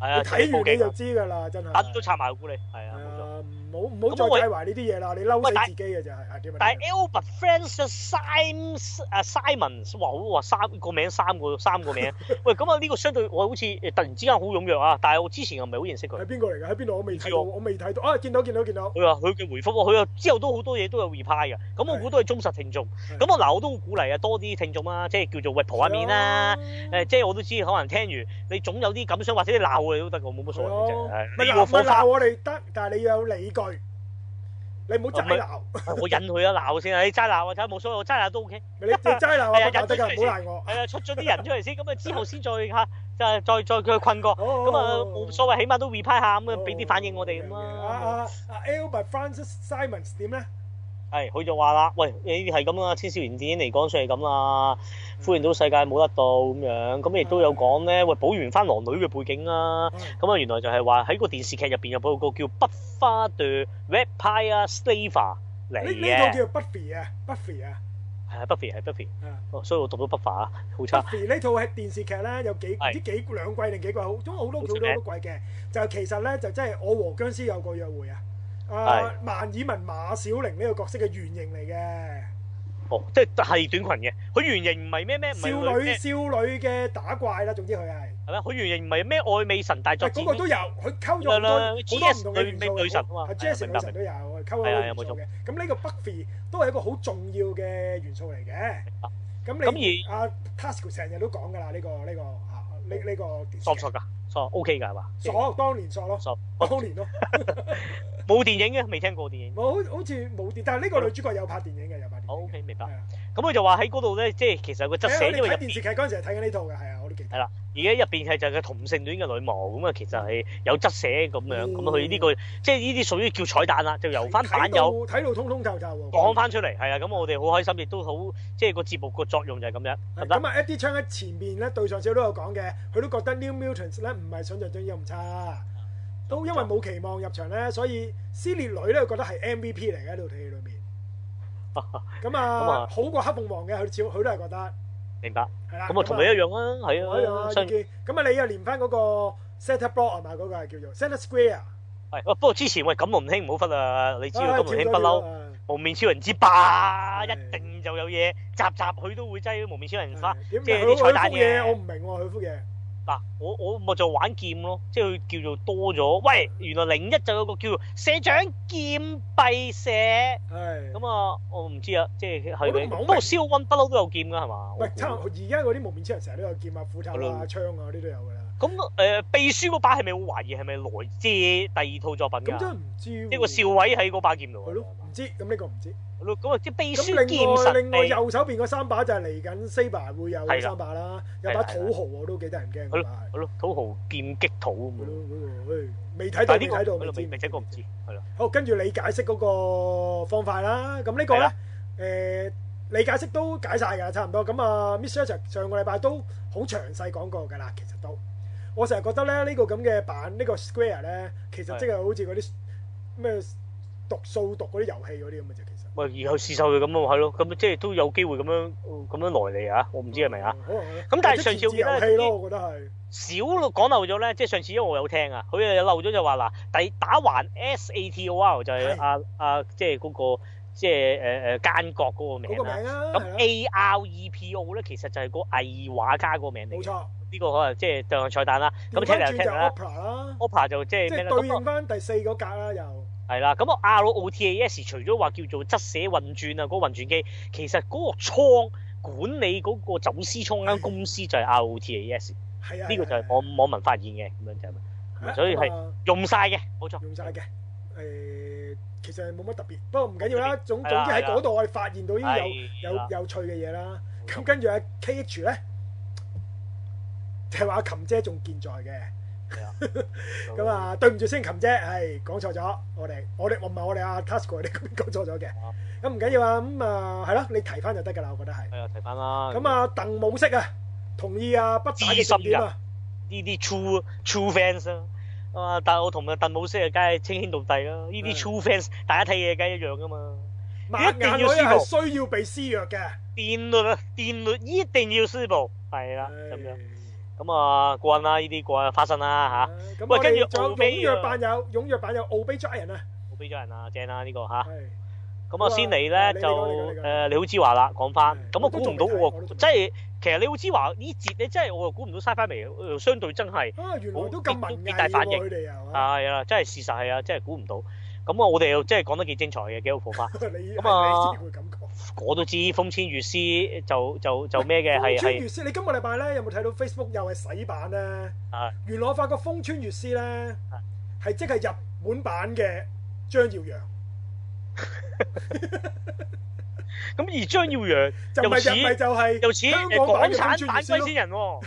係你啊，睇報完你警就啊，知㗎啦，真係。等都插埋估你，係啊，冇錯。啊唔好唔好咁我再介懷呢啲嘢啦，你嬲喂但死自己嘅就係係點啊？但係 Albert Francis Simons 啊 Simons，哇！我話三個名三個三個 [laughs] 名，喂咁啊呢個相對我好似誒突然之間好踴躍啊，但係我之前又唔係好認識佢係。邊個嚟㗎？喺邊度？我未唔知睇喎到，我未睇到。啊，見到見到見到。佢話佢嘅回覆喎，佢又之後都好多嘢都有 reply 嘅，咁我估都係忠實聽眾。係咁我嗱我都好鼓勵啊，多啲聽眾啦，即係叫做喂蒲下面啦。係啊。誒，即係我都知，可能聽完你總有啲感想，或者你鬧我哋都得嘅，我冇乜所謂嘅係啫啊係。咪你個鬧咪火鬧花，我哋得，但係你要有理據，你唔好唔齋係鬧。我引佢啊鬧先啊，你齋鬧啊，睇下冇所謂，我齋鬧都 OK。你你齋鬧係啊我不打得㗎，有唔好賴我。係啊，出咗啲人出嚟先，咁啊之後先再嚇，再再再佢困過。咁啊哦冇所謂，起碼都 reply 下咁啊，俾啲反應我哋咁啦。啊啊啊！Albert Francis Simons 點咧？係，佢就話啦，喂，你係咁啦，啊青少年電影嚟講算係咁啦，嗯呼應到世界冇得到咁樣，咁亦都有講咧，喂，補完翻狼女嘅背景啦，咁啊原來就係話喺個電視劇入邊有報告叫《不花對 Vampire Slaver》嚟呢呢套嘅，叫 Buffy 啊，Buffy 啊。係啊，Buffy 係 Buffy，啊哦所以我讀到 Buffer 啊，好差， Buffy 呢套係電視劇咧，有幾唔係知幾兩季定幾季好，總好多好好出多好名多季嘅。就其實咧就真係我和僵屍有個約會啊！啊係，萬綺雯馬小玲呢個角色嘅原型嚟嘅。哦，即係短裙嘅，佢原型唔係咩咩，唔少係女女咩，少女嘅打怪啦，總之佢係，係咪？佢原型唔係咩愛美神大作但戰係嗰個咩，都有，佢溝咗好係多啦好多唔，GS 同嘅元素女女神啊嘛係係啊 GS 明白女神都有，溝咗好多係啊元素嘅。咁呢個 Buffy 都係一個好重要嘅元素嚟嘅。咁你咁嗯阿 Tasco 成日都講㗎啦，呢個呢個啊呢呢個電視劇索唔索㗎？索 OK 㗎係嘛？索當年索咯，索當年咯，冇電影嘅，未聽過電影。冇好似冇電，但係呢個女主角有拍電影嘅，有拍電影嘅。好 OK，明白係啊。咁佢就話喺嗰度咧，即係其實個質寫，因為我哋入睇邊電視劇嗰陣時係睇緊呢套嘅，係啊，我都記得。係啦，而家入邊係就係同性戀嘅女巫咁啊，其實係有質寫咁樣，嗯咁啊佢呢個即係呢啲屬於叫彩蛋啦，就由翻版睇到友睇到通通透透喎。講翻出嚟，係啊，咁我哋好開心，亦都好即係個節目個作用就係咁樣，得唔得？咁啊，Eddie Chan 喺前面咧對上次都有講嘅，佢都覺得 New Mutants 咧唔係想像中咁差，都因為冇期望入場咧，所以撕裂女咧覺得係 MVP 嚟嘅呢套戲裏 [laughs] 面。咁咁啊啊，好過黑鳳凰嘅，佢似佢都係覺得明白。係啦。咁啊，同你一樣啊，同我一係樣啊啊，，相已經咁啊，你又連翻嗰個 Centre Block 係咪嗰個係叫做 Centre Square？係。啊不過之前喂，錦龍興唔好忽啊，你知道錦啊龍興不跳咗嬲，跳咗啊無面超人之霸係一定就有嘢，集集佢都會擠無面超人花。係點即係佢啲彩蛋佢幅嘢嘅我唔明喎，佢幅嘢嗱，我我咪就玩劍咯，即係佢叫做多咗。喂，原來零一就有個叫做社長劍幣社，係咁啊，我唔知啊，即係係咪？我都唔係好明不過燒温不嬲都有劍㗎係嘛？喂，差咁唔多而家嗰啲無面超人成日都有劍啊、斧頭係啊咯、槍啊嗰啲都有㗎啦。誒、呃秘書嗰把係咪我懷疑係咪來自第二套作品咁真係㗎？唔知喎。呢個少偉喺嗰把劍度係啊。咯，唔知咁呢個唔知。係咯咁啊，即係秘書咁另劍外神另外秘。右手邊嗰三把就係嚟緊 Saber 會有係啦三把啦，係啦有把土豪我都幾得人驚係嗰把係。係咯，土豪劍擊土咁係樣。咯嗰個唉未睇到但係呢未個睇到係咯未知未未睇過唔知，係咯。好，跟住你解釋嗰個方法啦。咁呢個係啦咧誒你解釋都解晒㗎啦，差唔多。咁啊，Mr. Jack 上個禮拜都好詳細講過㗎啦，其實都。我成日覺得咧，呢、個咁嘅版，呢、個 Square 咧，其實即係好似嗰啲咩讀數讀嗰啲遊戲嗰啲咁嘅啫，其實。喂，以後試售就咁啊，係咯，咁即係都有機會咁樣咁樣來嚟啊！我唔知係咪啊？嗯可能係？咁但係上次或者我記得填字遊戲咯，我覺得係。少講漏咗咧，即係上次因為我有聽啊，佢又漏咗就話嗱，第打環 S A T O R 就係係啊啊，即係嗰個即係誒誒奸角嗰個嗰名個啦。名啊，係咁啦 A R E P O 咧，其實就係個藝畫家個名嚟冇嘅。錯。呢個可能即係當係彩蛋啦。咁調聽嚟翻就啊轉聽就啦。 opera 啦， OPPO 就即即係咩係啦？啊咁對我應翻第四嗰格啦，又係啦，咁啊 R O T A S 除咗話叫做側寫運轉啊，嗰、個運轉機，其實嗰個倉管理嗰個走私倉間公司就係 R O T A S，係啊。呢個就係係啊網網民發現嘅，咁樣就係咪係啊所以係咁啊用晒嘅，冇錯，用晒嘅。誒，其實係冇乜特別，不過唔緊要啦。總總係啦之喺係啦嗰度我哋發現到呢哎啲有。有啦有趣嘅嘢啦。咁跟住阿 K H 咧，就係話阿琴姐仲健在嘅。咁，啊，對唔住先，琴姐，係講錯咗，我哋我哋我唔係我哋阿 Tasco，我哋咁講錯咗嘅啊。咁唔緊要啊，咁啊係咯，你提翻就得㗎啦，我覺得係。係啊，睇翻啦。咁，啊，鄧武飾啊，同意啊，不打嘅重點啊，呢啲 true true fans 啦。啊！但我同阿鄧老師啊，梗係稱兄道弟啦。呢啲係 true fans，大家睇嘢梗係一樣噶嘛。盲眼女係需要被施虐嘅。電律啊，電律一定要施暴，係啦，哎咁樣。咁啊，過癮啦，呢啲過癮發生啦吓，咁喂我跟住哋仲有奧比踴啊躍版有踴躍版有奧比 Giant 啊，好俾咗人啊，正啦呢個吓。係咁啊，先嚟咧啊你就講你講你講誒李好之華啦，講翻。係咁我我估都唔仲到未睇喎我都，仲未即係其實李好之華呢節咧，真係我又估唔到嘥翻未，呃相對真係啊，原來都好咁文幾藝大喎，反應佢哋又 [laughs] 啊，係啦，真係事實係啊，真係估唔到。咁啊，我哋又真係講得幾精彩嘅，幾好火花。 [laughs] 你係咁啊你先會咁講。我都知風千月詩就就就咩嘅係風川係粵師，你今個禮拜咧有冇睇到 Facebook 又係洗版咧？係啊原來我發覺風川粵師咧係即係日本版嘅張耀揚，咁而張耀揚就咪又就似咪就係又似香誒港版港嘅產版風川龜粵仙師人喎，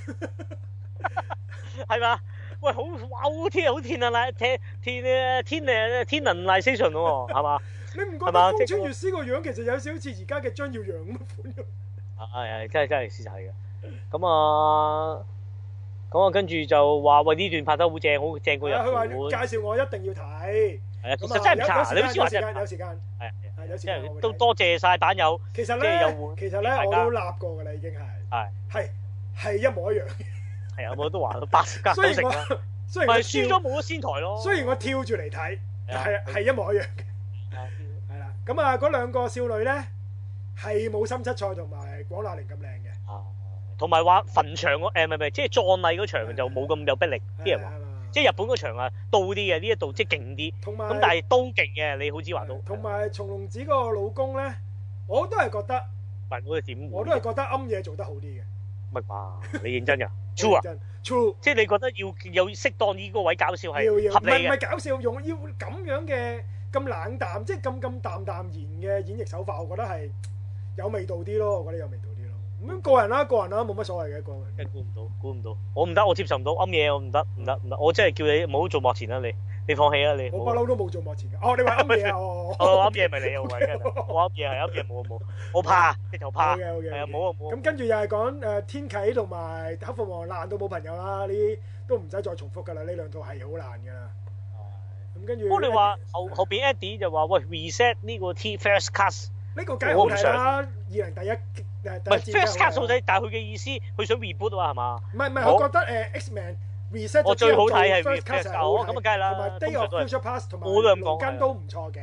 [laughs] 係嘛？喂，好哇好天好天啊！嗱天天誒天誒天能 i z a t i o n 喎，係嘛？咯。你唔覺係得嘛風川粵師個樣其實有少少似而家嘅張耀揚咁嘅款嘅？係係真係真係事實係嘅。咁啊，咁啊，跟住就話喂呢段拍得好正，好正過日係啊佢話本。係啊，介紹我一定要睇，其咁實啊真係唔有查，你有好時似間話有時真間有係時間係啊係有時即間我係會都睇多謝晒版友。其實即係有咧換，其實咧大家我都立過㗎啦，已經係係係係一模一樣。係 [laughs] [laughs] 啊，我都話八十加九雖成然我啦， [laughs] 雖咪然我輸跳咗冇咗啊仙台咯。雖然我跳住嚟睇，但係係一模一樣嘅。啊係啦，咁啊嗰兩個少女咧係冇深七菜同埋廣娜玲咁靚嘅，啊同埋話墳場嗰誒唔係唔係，即係葬禮嗰場就冇咁有逼啊力，啲人話。話即係日本嗰場啊，到啲嘅呢一度即係勁啲，同埋咁但係都勁嘅，你好之華都。同埋松隆子個老公咧，我都係覺得問我哋點會？我都係覺得庵嘢做得好啲嘅乜啩？你認真㗎 [laughs] ？True 啊！真 true 即係你覺得要有適當呢個位搞笑要係要唔合理係唔嘅，係搞笑用要咁樣嘅咁冷淡，即係咁咁淡淡然嘅演繹手法，我覺得係有味道啲咯，我覺得有味道啲咯。咁個人啦，個人啦，冇乜所謂嘅個人。真係估唔到，估唔到，我唔得，我接受唔到，噏嘢我唔得，唔得，唔得，我真係叫你唔好做幕前啦，你你放棄啦，你。我唔不好嬲都冇做幕前嘅。哦，你話庵嘢啊？哦， [laughs] 我噏嘢咪你啊，我係真係我噏嘢係噏嘢冇冇，我怕，直頭怕，係 OK OK。啊冇啊冇啊。咁跟住又係講誒天啟同埋黑鳳凰爛到冇朋友啦，呢啲都唔使再重複噶啦，呢兩套係好爛噶啦。咁跟住，不過你話後後邊 Eddie 就話喂 reset 呢個 T first class，呢個梗係好睇啦，二零第一誒唔第係一 first class 好睇，但係佢嘅意思佢想 reboot 啊嘛，係嘛？唔係唔係，好我覺得誒 Xman reset 我最好睇係 Reset first class 㗎係好哦咁睇，啊梗係啦同埋 Day 通常 of 都係 Future Past 同埋我都係咁講龍根都唔錯嘅。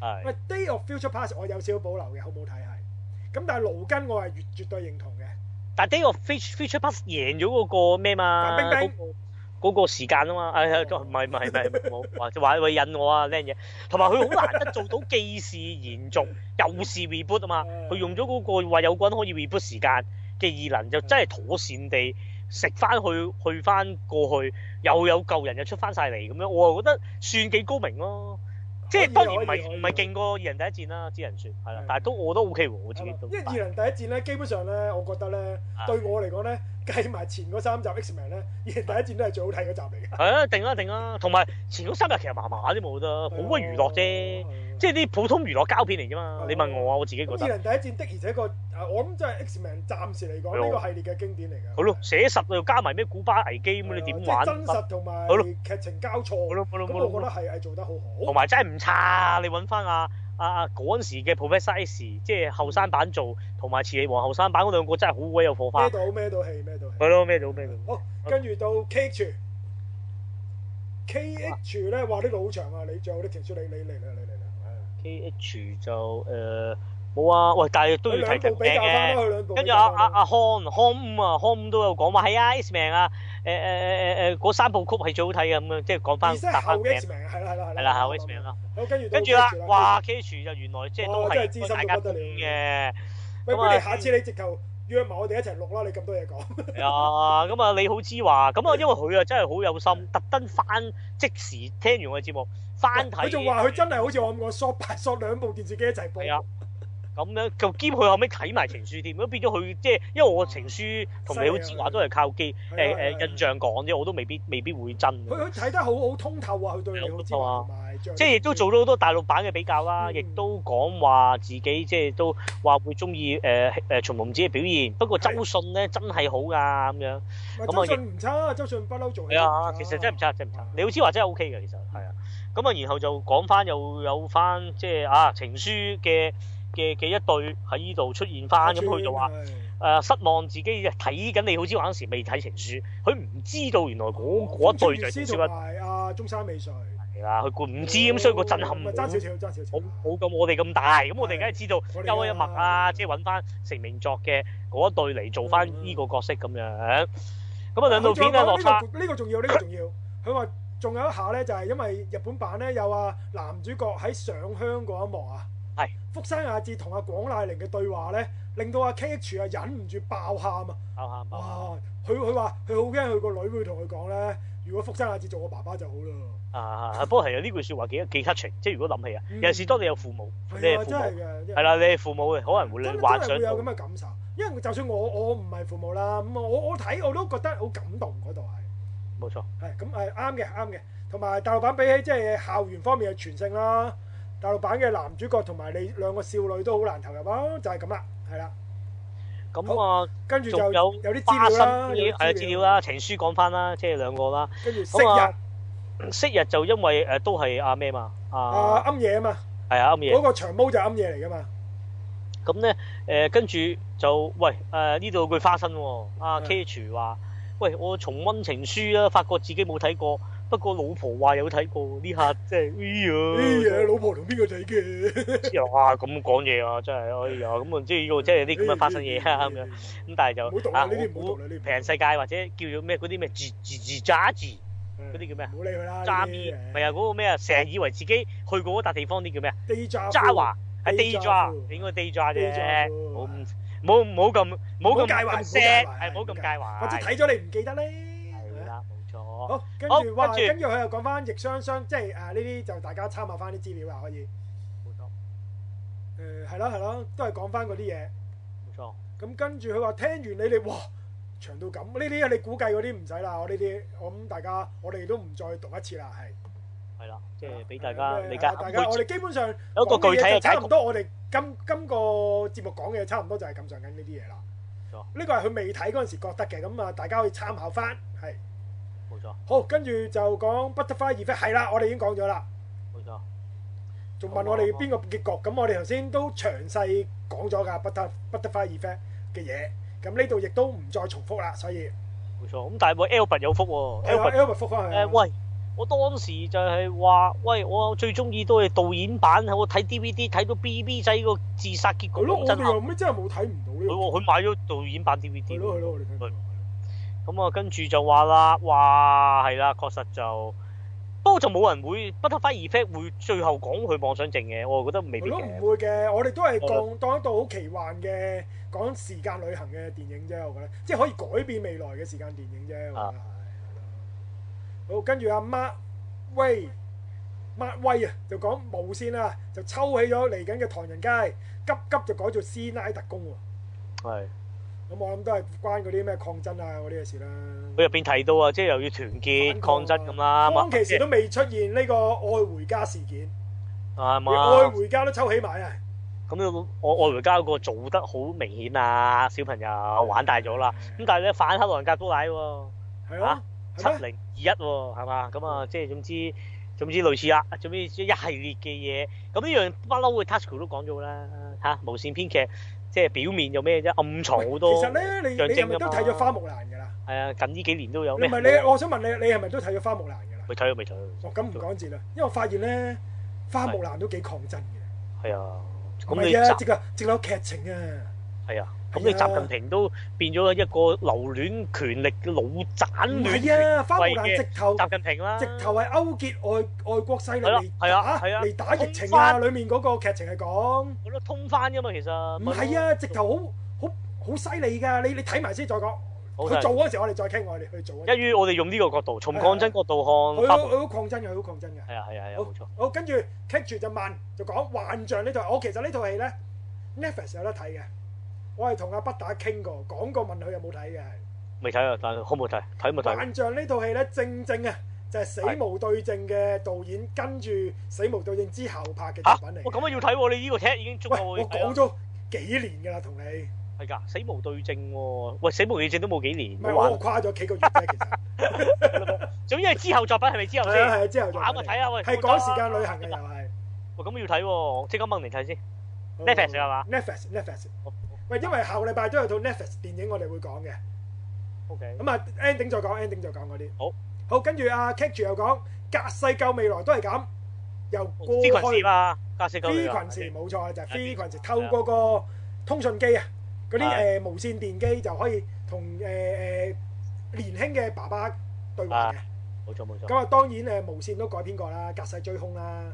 係喂，Day of Future Past 我有少少保留嘅，好唔好睇係？咁但係盧根我係絕絕對認同嘅。但係 Day of Future Future Pass 贏咗嗰個咩嘛？范冰冰嗰個嗰個時間啊嘛，誒哦誒唔係唔係唔係冇話就話喂引我啊靚嘢，同埋佢好難得做到既是延續又是 reboot 啊嘛，佢用咗嗰個話有個人可以 reboot 時間嘅異能，嗯就真係妥善地食翻去去翻過去，又有舊人又出翻晒嚟咁樣，我又覺得算幾高明咯。即係當然唔可以可係以嗯唔係勁過二人第一戰啦，只能説係啦係，但係都我都 OK 喎，我自己因都。為二輪第一戰咧，基本上咧，我覺得咧啊，對我嚟講咧，計埋前嗰三集 X-Men 咧，而第一戰都係最好睇嗰集嚟嘅。係啊，定啦定啦，同埋前嗰三日其實麻麻啫冇得，嗯好鬼娛樂啫，即係啲普通娛樂膠片嚟啫嘛。你問我啊，我自己覺咁得二零第嗯一戰的，而且個啊，我諗真係 X-Men 暫時嚟係講喎呢個系列嘅經典嚟嘅。好咯，寫實又加埋咩古巴危機係咁，啊，你點即係玩？真實同埋好咯劇情交錯，好咁咯好咯好我覺得咯，係係做得好好同。埋真係唔差，啊你揾翻阿阿阿啊嗰陣時嘅 Professor S，即係後生版做，同埋慈禧王後生版嗰兩個真係好鬼有火花咩。到咩到戲咩到戲。係咯，咩到咩到。好，跟住到 KH。KH 咧，哇！呢個好長啊，你仲有啲條書，你你嚟啦，你嚟啦。係啊 K H 就誒冇啊，喂，但係都要提佢兩人名部比較嘅翻啦，。佢兩部跟比住啊較阿返啦。阿阿康康五啊，康五都有講話係啊，Xman 啊，誒誒誒誒誒呃嗰三部曲係最好睇嘅咁樣，即係講而翻即係搭後翻名 X-Men 係啦係啦係啦。係啦，後 Xman 啦。好，跟住到啊跟住啦 KH，哇 K H 就原來即係都哇啊真係資係深大家到不通得了嘅，喂，咁不啊如下次你直頭約埋我哋一齊錄啦，你咁多嘢講。係啊，咁啊你好之華，咁啊因為佢啊真係好有嗯心，特登翻即時聽完我嘅節目翻睇，佢仲話佢真係好似我咁講，short by short 兩部電視機一齊播。係啊，咁樣就兼佢後尾睇埋情書添，咁變咗佢即係因為我情書啊同你好之華都係靠機係誒啊係啊誒印象講啫，我都未必未必會真嘅。佢佢睇得好好通透啊，佢對你好知係啊道同埋即係亦都做到好多大陸版嘅比較啦，嗯亦都講話自己即係都話會中意誒誒松隆子嘅表現。不過周迅咧真係好㗎咁樣，咁周啊迅唔差，周迅不嬲做戲係都唔啊，差其實真係唔差，真係唔差啊。你好似話真係 O K 嘅，其實係啊。咁啊，然後就講翻又有翻即係啊情書嘅嘅嘅一對喺呢度出現翻，咁佢就話。係誒、呃失望自己睇緊你好之華嗰時未睇情書，佢唔知道原來嗰嗰哦一對就係情書馮同一埋阿中山美穗，對啦，佢估唔知哦咁，所以個震撼咪冇啊爭少少，爭少少冇。冇咁我哋咁大，咁我哋係梗係知道我哋優一啊嗯默啊，即係揾翻成名作嘅嗰一對嚟做翻呢個角色咁樣。咁啊兩套片咧落差呢個呢個重要，呢個重要。佢話仲有一下咧，就係因為日本版咧有啊男主角喺上香嗰一幕啊，係福山雅治同阿廣瀨玲嘅對話咧，令到阿 K H 啊忍唔住爆喊啊！啱啱啱啊，佢佢話佢好驚佢個女會同佢講咧，如果福山雅治做我爸爸就好啦。啊！不過係有呢句説話幾幾 touching，即係如果諗起啊，嗯有時當你有父母，你係係啊，父真係母，嘅，真係係啦，你係父母嘅，可能真會真幻係想會到有咁嘅感受，因為就算我我唔係父母啦，咁我我睇我都覺得好感動嗰度係。冇錯，係咁誒啱嘅啱嘅，同埋大陸版比起即係校園方面嘅全勝啦，大陸版嘅男主角同埋你兩個少女都好難投入啦，就係咁啦，係啦，咁啊跟住就仲有有啲花資心料啦，有啲係啊資料啦，，情書講翻啦，即係兩個啦。跟住昔咁啊日昔日就因為誒都係阿咩嘛，啊啊暗夜啊嘛，係啊啱嘢。嗰個長毛就係暗夜嚟噶嘛，咁咧誒，跟住就喂誒呢度有句花生喎，阿嗯 K H 話：喂，我重温情書啦，發覺自己冇睇過，不過老婆話有睇過，呢下即係哎哎呀，呀，老婆同邊個仔嘅？真係啊咁講嘢啊，真係哎呀，咁啊即係呢個即係有啲咁嘅花生嘢啊咁樣。樣，咁但係唔好就讀啊，啦，我呢啲唔好估讀啦，呢啲唔好讀平世界或者叫做咩嗰啲咩自自自揸字嗰啲叫咩啊唔好哎理佢啦，揸咪，咪咪啊嗰個咩啊，成日以為自己去過嗰笪地方啲叫咩啊？地炸渣華係 Day day job 應該 day job 啫 Day job，冇咁冇冇咁冇咁唔好介咁懷唔好介 sad，懷係冇咁介懷，或者睇咗你唔記得咧。係啦，冇錯。好，跟好住哇，跟住跟住佢又講翻逆雙雙，即係誒啊呢啲就大家參考翻啲資料啦，啊可以冇錯，誒係啦係啦，都係講翻嗰啲嘢。冇錯。咁跟住佢話聽完你哋哇長到咁，呢啲你估計嗰啲唔使啦，我呢啲我諗大家我哋都唔再讀一次啦，係。係啦，即係俾係大家咁理誒解下。大家我每哋基本上有一個具體講嘢就嘅解差唔讀。多，我哋今今個節目講嘅差唔多就係咁上緊呢啲嘢啦冇錯。呢個係佢未睇嗰陣時覺得嘅，咁啊大家可以參考翻，係。冇錯，好，跟住就講 Butterfly Effect 係啦，我哋已經講咗啦。冇錯。仲問我哋邊個結局？咁我哋頭先都詳細講咗㗎，不得不得花 effect 嘅嘢。咁呢度亦都唔再重複啦，所以冇錯，咁但係喂 Albert 有福喎係啊，Albert ，Albert 覆翻佢啊。誒呃喂，我當時就係話，喂，我最中意都係導演版，我睇 DVD 睇到 BB 仔個自殺結係局咯，我咁震哋撼。又咩真係冇睇唔到佢呢喎佢買咗導演版個。係 DVD 喎。咯係咯，我哋睇唔到。咁啊，跟住就話啦，哇，係啦，確實就，不過就冇人會不得翻 effect 會最後講佢妄想症嘅，我覺得未係必咯，唔嘅。會嘅，我哋都係係咯當當一度好奇幻嘅講時間旅行嘅電影啫，我覺得，即係可以改變未來嘅時間電影啫，我覺得係啊係咯。好，跟住阿 à? Mark 威，Mark à? 威啊，就講無線啊，就 à? 抽起咗嚟緊嘅唐人街，急急就改做師奶特工喎。係咁我諗都係關嗰啲咩抗爭啊嗰啲嘅事啦。佢入邊提到啊，即係又要團結反抗抗爭咁啊啦，當其時啱都未出現呢個愛回家事件，啊連愛嘛。回家都抽起埋啊！咁你我我回家嗰個做得好明顯啊，小朋友玩大咗啦。咁但係咧反黑老人格都奶喎，係咯啊，七係咩？哦零二一喎，係嘛？咁啊，即係總之總之類似啦，總之一系列嘅嘢。咁呢樣不嬲嘅 Tasco 都講咗啦，嚇、無線編劇即係表面有咩啫，暗藏好多。其實咧，你象你徵㗎係咪都睇咗花木蘭㗎啦？係啊，近呢幾年都有唔咩？係你，我想問你，你係咪都睇咗花木蘭㗎啦？未睇啊，未睇啊。哦，咁唔講字啦，因為我發現咧，花木蘭都幾抗爭嘅。係啊，唔咁你係啊，習直頭直頭有劇情啊！係啊，咁係啊你習近平都變咗一個留戀權力嘅老斬唔亂係權，啊，花木蘭直頭習近平啦，直頭係勾結外外國勢力係啊嚟係啊打係啊嚟打疫情通啊！關裡面嗰個劇情係講。我都通翻噶嘛，其實唔係啊，直頭好好好犀利㗎！你你睇埋先再講。好佢做嗰陣時，我哋再傾，我哋去做嗰陣一於我哋用呢個角度，從抗爭角度佢看花好木佢好抗爭嘅，佢好抗爭嘅。係啊係啊係啊，好冇錯，好，跟住 catch 住就問就講幻象呢套，我其實呢套戲咧 Netflix 有得睇嘅，我係同阿北打傾過，講過問佢有冇睇嘅。未睇啊，但係好冇睇，睇冇睇，幻象呢套戲咧，正正啊就係死無對證嘅導演跟住死無對證之後拍嘅嚇作品嚟我嘅。咁啊要睇喎，你呢個 tag 已經足喂，夠我睇講啦咗幾年㗎啦，同你。係㗎，死無對證喎，喂死無對證都冇幾年，唔冇係玩我，跨咗幾個月 [laughs] 啫，其實。總之係之後作品係咪之後係先？啊係啊，之後再玩咪睇下喂，係冇得趕時間旅行嘅又係。喂咁要睇喎，即刻掹嚟睇先。Netflix 係嘛哦？Netflix Netflix。喂，因為下個禮拜都有套 Netflix 電影我哋會講嘅， O K，咁啊 ending 再講，ending 再講嗰啲。好。好，跟住阿 Catch 又講隔世救未來都係咁，由過非群事去嘛，加四九非嚟群時冇錯就係非群時透係啊過個通訊機啊，嗰係啲誒無線電機就可以同誒誒年輕嘅爸爸對話嘅。冇錯冇錯。咁啊當然誒無線都改編過啦，隔世追兇啦。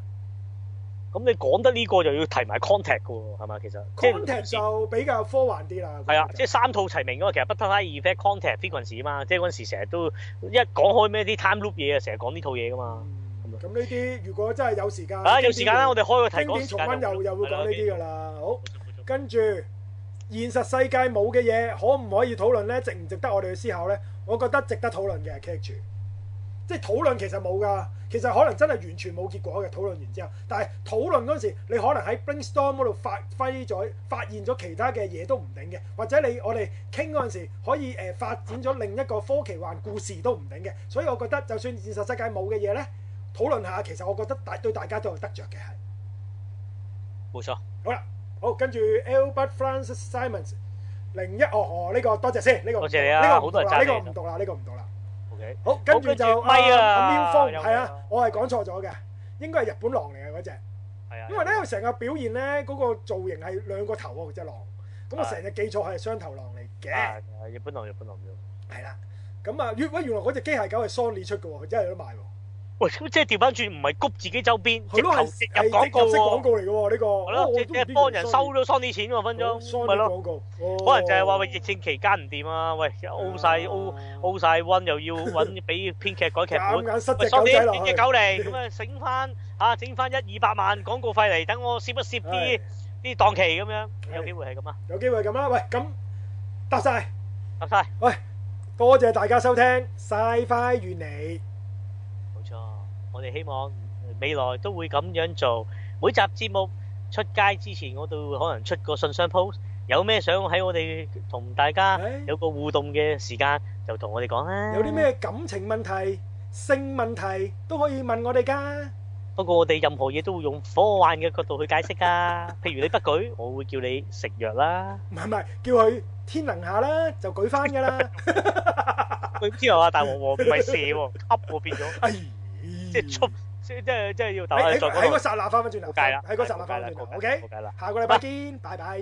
咁你講得呢個就要提埋 contact 嘅喎，係嘛？其實即係 contact 就比較科幻啲啦。係啊，即係係三套齊名嘅嘛。其實 Butterfly Effect、Contact、Frequency 啊嘛，即係嗰陣時成日都一講開咩啲 time loop 嘢啊，成日講呢套嘢噶嘛。咁呢啲如果真係有時間，啊，有時間啦，我哋開個題經講典時重間温又又會講呢啲啊噶啦。好，係啦跟住現實世界冇嘅嘢，可唔可以討論呢？值唔值得我哋去思考呢？我覺得值得討論嘅 c a 住，即係討論其實冇㗎，其實可能真係完全冇結果嘅。討論完之後，但係討論嗰陣時，你可能喺 brainstorm 嗰度發揮咗、發現咗其他嘅嘢都唔定嘅，或者你我哋傾嗰陣時可以誒、呃、發展咗另一個科奇幻故事都唔定嘅。所以我覺得就算現實世界冇嘅嘢呢，討論下其實我覺得大對大家都有得着嘅係。冇錯。好啦，好，跟住 Albert Francis Simons 零一哦哦，呢、個多謝先，呢、個唔多讀謝你啊呢個唔讀啦好多人讚你呢個啊唔讀啦，呢個唔讀啦。 OK，好，跟住跟住就阿咪啊阿 m i 峰有係啊啊，我係講錯咗嘅，應該係日本狼嚟嘅嗰只，係啊。因為咧佢成個表現咧嗰、個造型係兩個頭喎只狼，咁我係成日記錯佢係雙頭狼嚟嘅，啊日本狼，日本狼啫。係啦。咁啊，原喂原來嗰只機械狗係 Sony 出嘅喎，佢真係有得賣喎。喂，咁即係調翻轉，唔係谷自己周邊，佢直都頭係直係入廣告植入式廣喎。告嚟嘅喎，呢個係哦咯，我即都唔知係原來幫人收 Sony 咗 Sony 錢喎，分鐘咪 Sony 咯。廣告，哦可可能就係話喂疫情期間唔掂啊，喂 O 晒哦 O O 晒温又要揾俾編劇改劇夾本，硬塞喂隻收狗仔啲落整去隻。狗嚟，咁啊整翻啊整翻一二百萬廣告費嚟，等我攝一攝啲係啲檔期咁樣，係有機會係咁啊，有機會咁啦。喂，咁答晒，答晒，多謝大家收聽《Sci-Fi 與你》，冇錯，我哋希望未來都會咁樣做，每集節目出街之前我都會可能出個信箱 post，有咩想喺我哋同大家係有個互動嘅時間就同我哋講啦，有啲咩感情問題、性問題都可以問我哋㗎。不過我哋任何嘢都會用科幻嘅角度去解釋㗎。譬如你不舉，我會叫你食藥啦。唔係唔係，叫佢天能下啦，就舉翻㗎 [laughs] 啦。佢之後啊，大鑊喎，唔係射喎，吸喎變咗，哎即係出，即即係即係要喺大家喺啊再喺講。嗰剎那翻返轉頭，冇計啦，喺嗰剎那翻冇計返啦轉頭。冇計啦冇 OK，計啦。下個禮拜見，拜拜。